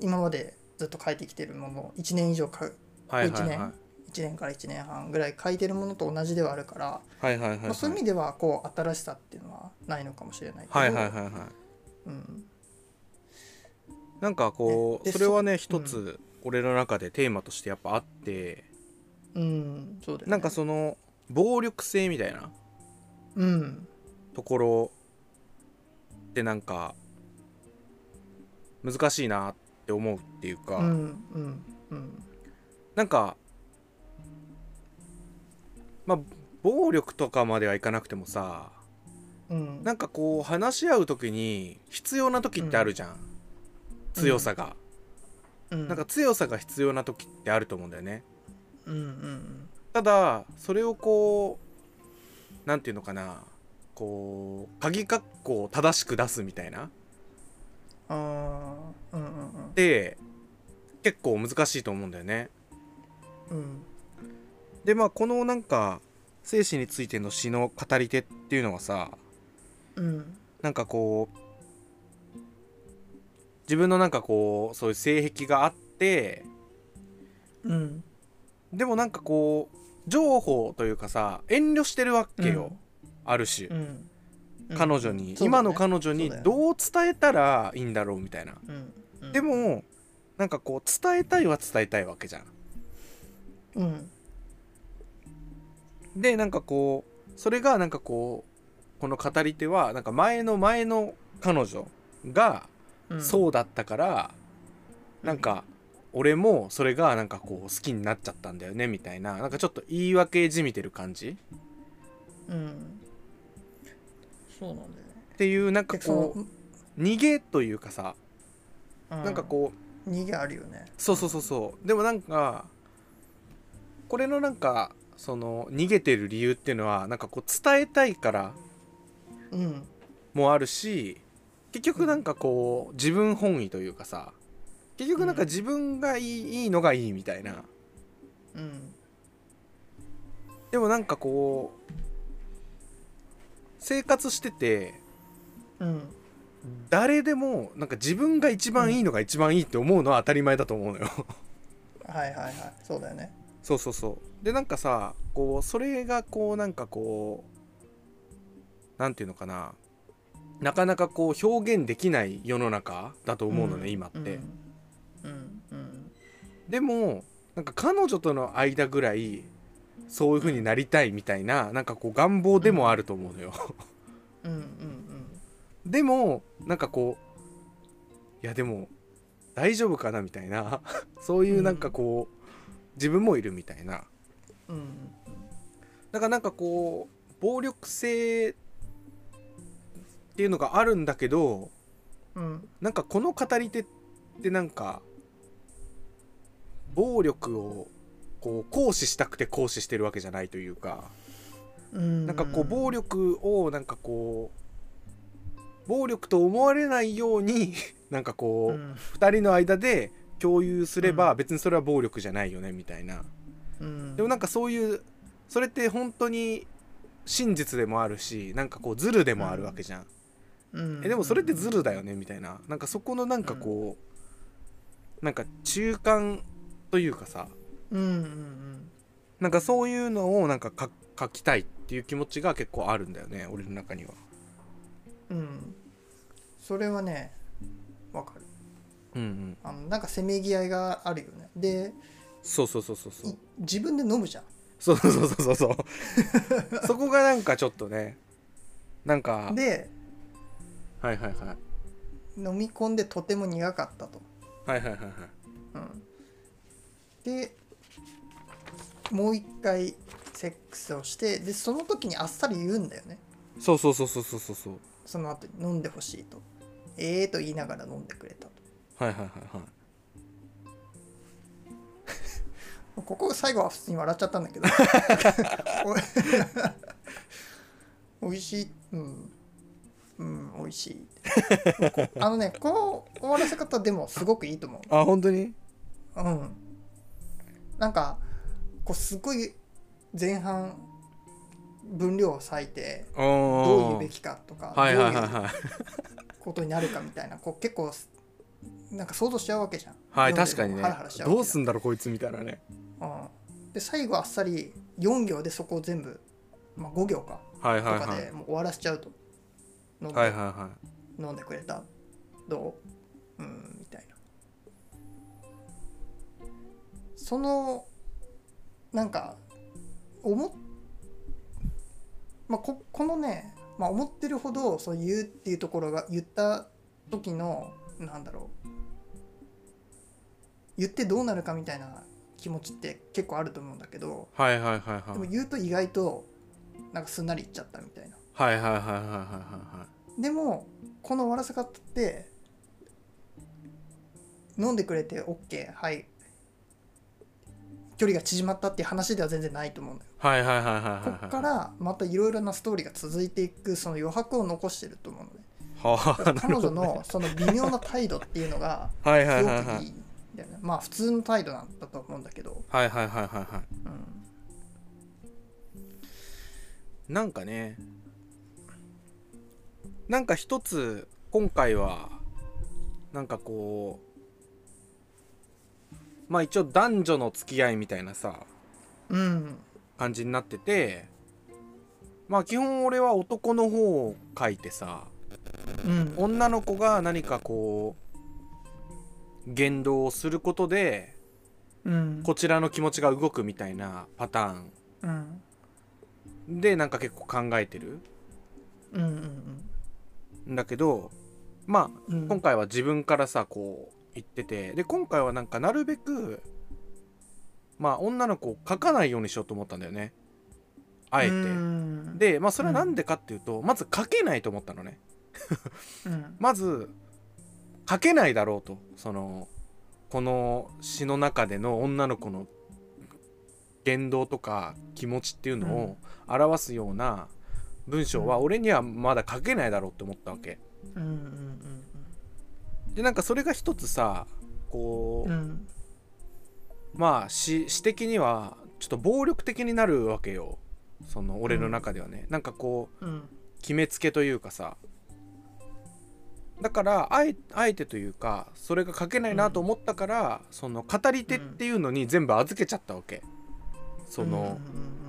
Speaker 1: 今までずっと書いてきてるもの1年以上か
Speaker 2: はいはい
Speaker 1: 一
Speaker 2: はい
Speaker 1: 年1年から1年半ぐらい書いてるものと同じではあるから、
Speaker 2: はいはいはいはい
Speaker 1: まあ、そういう意味ではこう新しさっていうのはないのかもしれないけど、
Speaker 2: はいはいはいはい
Speaker 1: うん、
Speaker 2: なんかこう
Speaker 1: で
Speaker 2: それはね
Speaker 1: そ
Speaker 2: 一つ俺の中でテーマとしてやっぱあって
Speaker 1: うん、そうだよ、ね、
Speaker 2: なんかその暴力性みたいな
Speaker 1: うん
Speaker 2: ところってなんか難しいなって思うっていうか、
Speaker 1: うんうんうん
Speaker 2: なんかまあ暴力とかまではいかなくてもさ
Speaker 1: うん
Speaker 2: なんかこう話し合う時に必要な時ってあるじゃん、強さが、
Speaker 1: うん
Speaker 2: なんか強さが必要な時ってあると思うんだよね
Speaker 1: うんうん
Speaker 2: ただそれをこうなんていうのかなこう鍵括弧を正しく出すみたいな
Speaker 1: あーうんうん
Speaker 2: で結構難しいと思うんだよね
Speaker 1: うんうん
Speaker 2: でまあこのなんか生死についての詩の語り手っていうのはさ
Speaker 1: うん
Speaker 2: なんかこう自分のなんかこうそういう性癖があって
Speaker 1: うん
Speaker 2: でもなんかこう情報というかさ遠慮してるわけよ、ある種、
Speaker 1: うんうん
Speaker 2: 彼女
Speaker 1: そう
Speaker 2: に、
Speaker 1: だね
Speaker 2: 今の彼女に
Speaker 1: そうだよね
Speaker 2: どう伝えたらいいんだろうみたいな、
Speaker 1: うんうん
Speaker 2: でもなんかこう伝えたいは伝えたいわけじゃん
Speaker 1: うん
Speaker 2: でなんかこうそれがなんかこうこの語り手はなんか前の前の彼女が
Speaker 1: うん
Speaker 2: そうだったから、なんか俺もそれがなんかこう好きになっちゃったんだよねみたいななんかちょっと言い訳じみてる感じ
Speaker 1: うんそうなんだよね
Speaker 2: っていうなんか
Speaker 1: でその
Speaker 2: こう逃げというかさ、
Speaker 1: うん
Speaker 2: なんかこう
Speaker 1: 逃げあるよね
Speaker 2: そうそうそうそうでもなんかこれのなんかその逃げてる理由っていうのはなんかこう伝えたいから
Speaker 1: うん
Speaker 2: もあるし結局なんかこう自分本位というかさ結局なんか自分がいい,、いいのがいいみたいな
Speaker 1: うん
Speaker 2: でもなんかこう生活してて
Speaker 1: うん
Speaker 2: 誰でもなんか自分が一番いいのが一番いいって思うのは当たり前だと思うのよ
Speaker 1: はいはいはいそうだよね
Speaker 2: そうそうそうでなんかさこうそれがこうなんかこうなんていうのかななかなかこう表現できない世の中だと思うのね、
Speaker 1: ん
Speaker 2: 今って、
Speaker 1: うんうん
Speaker 2: でもなんか彼女との間ぐらいそういう風になりたいみたいななんかこう願望でもあると思うのよ、
Speaker 1: うんうんうん
Speaker 2: でもなんかこういやでも大丈夫かなみたいなそういうなんかこう、自分もいるみたいな
Speaker 1: うんうん
Speaker 2: だからなんかこう暴力性っていうのがあるんだけど
Speaker 1: うん
Speaker 2: なんかこの語り手ってなんか暴力をこう行使したくて行使してるわけじゃないというか
Speaker 1: うん
Speaker 2: なんかこう暴力をなんかこう暴力と思われないように なんかこ
Speaker 1: う
Speaker 2: うん2人の間で共有すれば
Speaker 1: う
Speaker 2: 別にそれは暴力じゃないよねみたいな。
Speaker 1: うん
Speaker 2: でもなんかそういうそれって本当に真実でもあるしなんかこうズルでもあるわけじゃん、
Speaker 1: うん
Speaker 2: えでもそれってズルだよねみたいななんかそこのなんかこうなんか中間というかさ
Speaker 1: うんうんうん
Speaker 2: なんかそういうのをなんかか書きたいっていう気持ちが結構あるんだよね俺の中には。
Speaker 1: うんそれはねわかる
Speaker 2: うんうん、
Speaker 1: あのなんかせめぎ合いがあるよねで
Speaker 2: そうそうそうそうそう
Speaker 1: い自分で飲むじゃん
Speaker 2: そうそうそうそうそう そこがなんかちょっとねなんか
Speaker 1: で
Speaker 2: はいはいはい
Speaker 1: 飲み込んでとても苦かったと、
Speaker 2: はいはいはいはい
Speaker 1: うん、でもう一回セックスをしてでその時にあっさり言うんだよね
Speaker 2: そうそうそうそうそうそうそう
Speaker 1: その後に飲んでほしいとええと言いながら飲んでくれた
Speaker 2: はいはいはいはい
Speaker 1: とここ最後は普通に笑っちゃったんだけど お美味しいうんうん美味しい あのねこの終わらせ方でもすごくいいと思う
Speaker 2: あ本当に
Speaker 1: うん、なんかこうすごい前半分量を割いてどういうべ
Speaker 2: ど
Speaker 1: きかとかどう
Speaker 2: はいいはいはいは
Speaker 1: う
Speaker 2: い
Speaker 1: ことになるかみたいなこう結構なんか想像しちゃうわけじゃん。
Speaker 2: はい
Speaker 1: 読ん
Speaker 2: 確
Speaker 1: で
Speaker 2: かに
Speaker 1: も
Speaker 2: ね
Speaker 1: ハラハラしちゃう
Speaker 2: ど
Speaker 1: わ
Speaker 2: う
Speaker 1: けじ
Speaker 2: すんだろうこいつみたいなね
Speaker 1: ゃんうん、で最後あっさり4行でそこを全部、まあ、5行か
Speaker 2: はい
Speaker 1: と
Speaker 2: はい
Speaker 1: か
Speaker 2: はい
Speaker 1: でもう終わらせちゃうと、飲んで
Speaker 2: はいはいは
Speaker 1: 飲んでくれたどううんみたいなそのなんか思っ、まあ、ここのね、まあ、思ってるほどそう言うっていうところが言った時のなんだろう言ってどうなるかみたいな気持ちって結構あると思うんだけど
Speaker 2: いはいはいはい
Speaker 1: でも
Speaker 2: はい
Speaker 1: 言うと意外となんかすんなりいっちゃったみたいな。
Speaker 2: はいはいはいはいは
Speaker 1: でもこの終わらせ方って飲んでくれて OK はい距離が縮まったっていう話では全然ないと思うんだよ。
Speaker 2: いはいはいはいはいはい
Speaker 1: こっからまたいろいろなストーリーが続いていくその余白を残してると思うので、
Speaker 2: は
Speaker 1: だか
Speaker 2: あ
Speaker 1: ら彼女のその微妙な態度っていうのが
Speaker 2: はい
Speaker 1: す
Speaker 2: はい
Speaker 1: ご
Speaker 2: はいはい
Speaker 1: くいいんだよね。まあ普通の態度なんだと思うんだけど、
Speaker 2: はいはいはいはいは
Speaker 1: うん、
Speaker 2: いなんかねなんか一つ今回はなんかこうまあ一応男女の付き合いみたいなさ
Speaker 1: うん、
Speaker 2: 感じになっててまあ基本俺は男の方を書いてさ
Speaker 1: うん、
Speaker 2: 女の子が何かこう言動をすることで
Speaker 1: うん、
Speaker 2: こちらの気持ちが動くみたいなパター
Speaker 1: うん、
Speaker 2: ンでなんか結構考えてる
Speaker 1: うん、うん、
Speaker 2: んだけどまあ
Speaker 1: うん、
Speaker 2: 今回は自分からさこう言っててで今回はなんかなるべくまあ女の子を書かないようにしようと思ったんだよねあえて。
Speaker 1: うん、
Speaker 2: でまあそれは何でかっていうと、まず書けないと思ったのね。
Speaker 1: うん、
Speaker 2: まず書けないだろうとそのこの詩の中での女の子の言動とか気持ちっていうのを表すような文章は
Speaker 1: うん
Speaker 2: 俺にはまだ書けないだろうって思ったわけ
Speaker 1: うん、うん、うん、
Speaker 2: でなんかそれが一つさこう、
Speaker 1: うん
Speaker 2: まあ詩詩的にはちょっと暴力的になるわけよその俺の中ではね、なんかこう
Speaker 1: うん
Speaker 2: 決めつけというかさだからあえあえてというかそれが書けないなと思ったから、その語り手っていうのに全部預けちゃったわけ、その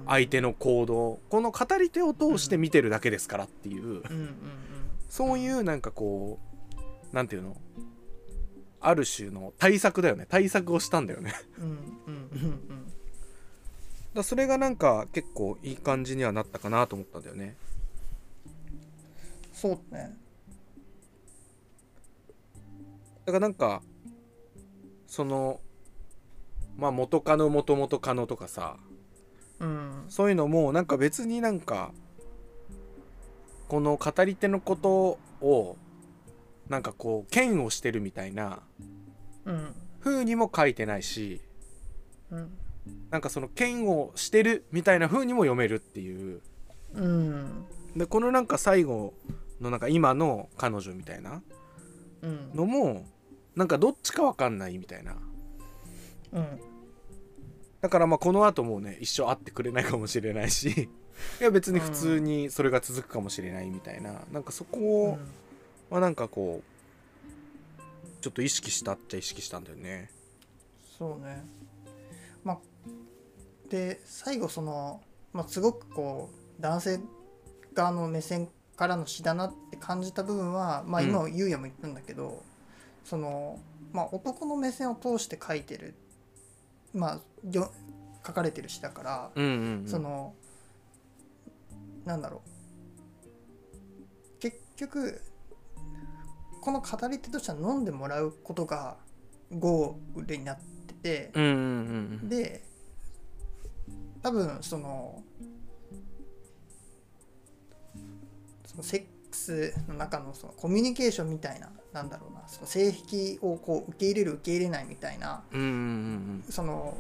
Speaker 2: 相手の行動この語り手を通して見てるだけですからっていう、
Speaker 1: うんうんうん
Speaker 2: そういうなんかこうなんていうのある種の対策だよね対策をしたんだよねだか
Speaker 1: うんうんうん
Speaker 2: らそれがなんか結構いい感じにはなったかなと思ったんだよね
Speaker 1: そうね
Speaker 2: だからなんかそのまあ元カノ元々カノとかさ
Speaker 1: うん
Speaker 2: そういうのもなんか別になんかこの語り手のことをなんかこう嫌悪してるみたいな
Speaker 1: うん
Speaker 2: 風にも書いてないし
Speaker 1: うん
Speaker 2: なんかその嫌悪してるみたいな風にも読めるっていう
Speaker 1: うん
Speaker 2: でこのなんか最後のなんか今の彼女みたいな
Speaker 1: うん
Speaker 2: のもなんかどっちかわかんないみたいな
Speaker 1: うん
Speaker 2: だからまあこの後もうね一生会ってくれないかもしれないしいや別に普通にそれが続くかもしれないみたいな、なんかそこをまあなんかこうちょっと意識したっちゃ意識したんだよね
Speaker 1: そうねまあで最後その、まあ、すごくこう男性側の目線からの詩だなって感じた部分は、まあ、
Speaker 2: うん
Speaker 1: 今ゆうやも言ったんだけど、その、まあ、男の目線を通して書いてる、まあ、よ書かれてる詩だから、
Speaker 2: うんうん、うん、
Speaker 1: そのなんだろう結局この語り手としては飲んでもらうことがゴールになってて、
Speaker 2: うんうんうんうん
Speaker 1: で多分そのそのセックスの中のそのコミュニケーションみたいななんだろうなその性癖をこう受け入れる受け入れないみたいな
Speaker 2: うんうん
Speaker 1: その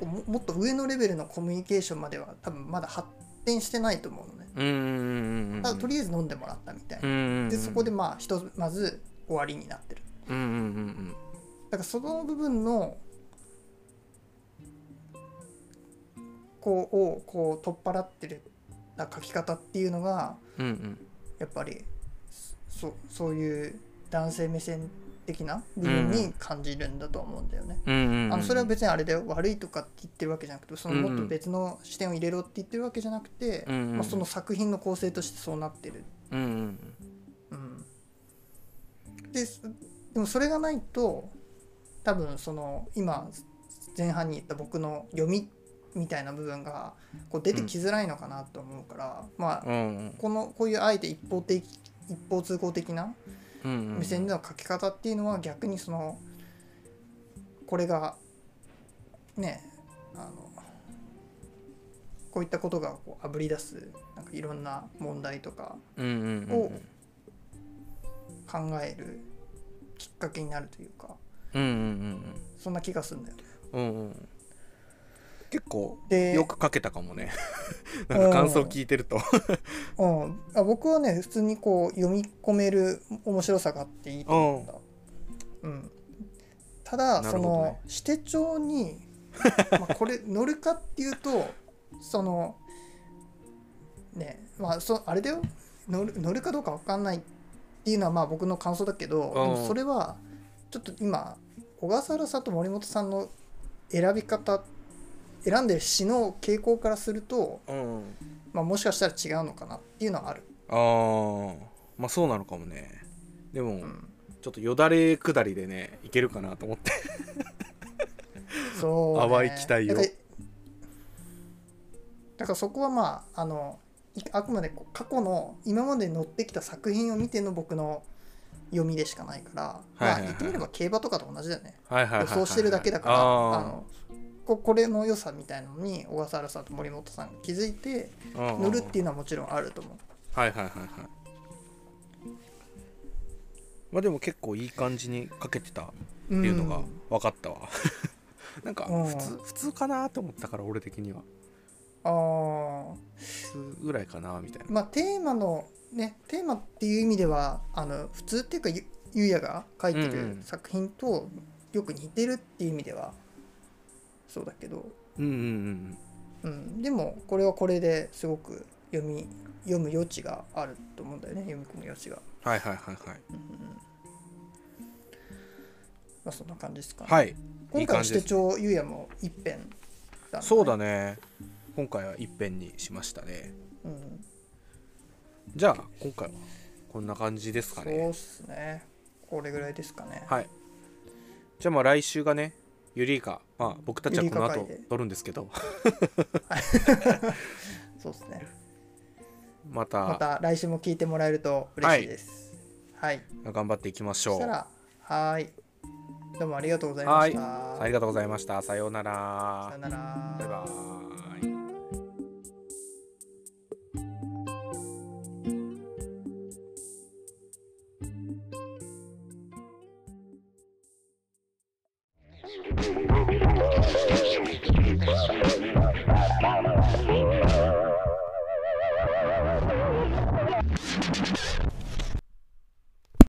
Speaker 1: こうももっと上のレベルのコミュニケーションまでは多分まだ発展してないと思うのね
Speaker 2: うんうんうんうんうん
Speaker 1: ただとりあえず飲んでもらったみたいな
Speaker 2: え
Speaker 1: でそこでまあひとまず終わりになってる
Speaker 2: うんうんうん
Speaker 1: だからその部分のこうをこう取っ払ってる書き方っていうのが
Speaker 2: うんうん
Speaker 1: やっぱりそそういう男性目線的な部分に感じるんだと思うんだよね。
Speaker 2: うんうんうん
Speaker 1: あのそれは別にあれで悪いとかって言ってるわけじゃなくてその
Speaker 2: うんうん
Speaker 1: もっと別の視点を入れろって言ってるわけじゃなくて、
Speaker 2: うんうん
Speaker 1: まあ、その作品の構成としてそうなってる、
Speaker 2: うんうん
Speaker 1: うん、ですでもそれがないと多分その今前半に言った僕の読みみたいな部分がこう出てきづらいのかなと思うから、ま
Speaker 2: う
Speaker 1: あ
Speaker 2: んうん
Speaker 1: このこういうあえて一方的一方通行的な
Speaker 2: うんうん
Speaker 1: 目線での書き方っていうのは逆にそのこれがねあのこういったことがこうあぶり出すなんかいろんな問題とか
Speaker 2: うんうんうん
Speaker 1: を考えるきっかけになるというか
Speaker 2: うんうん
Speaker 1: そんな気がするんだよね。
Speaker 2: うんうんうんうん結構
Speaker 1: で
Speaker 2: よく書けたかもねなんか感想聞いてると
Speaker 1: うん、あ僕はね普通にこう読み込める面白さがあっていいと思った。うん、ただ、
Speaker 2: な
Speaker 1: そ
Speaker 2: るほど
Speaker 1: の
Speaker 2: ね
Speaker 1: 指定帳に、まあ、こ れ乗るかっていうとそのねまあそあれだよ乗る乗るかどうか分かんないっていうのはまあ僕の感想だけど、で
Speaker 2: う
Speaker 1: も
Speaker 2: ん
Speaker 1: それはちょっと今小笠原さんと森本さんの選び方選んでる詩の傾向からすると、
Speaker 2: うん
Speaker 1: まあ、もしかしたら違うのかなっていうのはある。
Speaker 2: あーまあそうなのかもねでも、
Speaker 1: うん
Speaker 2: ちょっとよだれ下りでねいけるかなと思って
Speaker 1: そう、
Speaker 2: 淡い期待を
Speaker 1: だからだからそこはまああのいあくまでこう過去の今まで載ってきた作品を見ての僕の読みでしかないから、
Speaker 2: はいはいはい
Speaker 1: まあ言ってみれば競馬とかと同じだよね、
Speaker 2: はいはいはいはい、
Speaker 1: 予想してるだけだから、
Speaker 2: あ
Speaker 1: あのここれの良さみたいなのに小笠原さんと森本さんが気づいて
Speaker 2: ー
Speaker 1: 乗るっていうのはもちろんあると思う
Speaker 2: はいはいはいはいまあでも結構いい感じに書けてたっていうのが
Speaker 1: ん
Speaker 2: 分かったわ、 なんか
Speaker 1: うん
Speaker 2: 普通普通かなと思ったから俺的には
Speaker 1: あー
Speaker 2: 普通ぐらいかなみたいな
Speaker 1: まあテーマのねテーマっていう意味ではあの普通っていうかゆゆうやが書いて
Speaker 2: うん
Speaker 1: る
Speaker 2: うん
Speaker 1: 作品とよく似てるっていう意味ではそうだけど、
Speaker 2: うんうんうん
Speaker 1: うん、でもこれはこれですごく読み読む余地があると思うんだよね読み込む余地が、
Speaker 2: はいはいはいはい
Speaker 1: うんうんうんまあ、そんな感じですかね、
Speaker 2: はいい
Speaker 1: 今回
Speaker 2: い感
Speaker 1: は
Speaker 2: じ
Speaker 1: 指定
Speaker 2: です
Speaker 1: 帳ゆうやも一編だね
Speaker 2: そうだね今回は一遍にしましたね
Speaker 1: うん、
Speaker 2: じゃあ今回はこんな感じですか
Speaker 1: そ
Speaker 2: ね
Speaker 1: うっすねこれぐらいですかね
Speaker 2: はい。じゃあまあ来週がね、ユリイカ、まあ僕たちはこ
Speaker 1: ユリ
Speaker 2: の
Speaker 1: イ
Speaker 2: 後
Speaker 1: カ会で
Speaker 2: 撮るんですけど、
Speaker 1: そうっすね
Speaker 2: ま
Speaker 1: ま
Speaker 2: た
Speaker 1: た来週も聞いてもらえると嬉しいです。はい。
Speaker 2: 頑張っていきまし
Speaker 1: そ
Speaker 2: ょ
Speaker 1: した
Speaker 2: う。
Speaker 1: ら、はい。どうもありがとうございま
Speaker 2: は
Speaker 1: し
Speaker 2: い、
Speaker 1: た。
Speaker 2: ありがとうございました。さような
Speaker 1: さよ
Speaker 2: ら。
Speaker 1: なら。
Speaker 2: バイバイ。
Speaker 3: Thank you.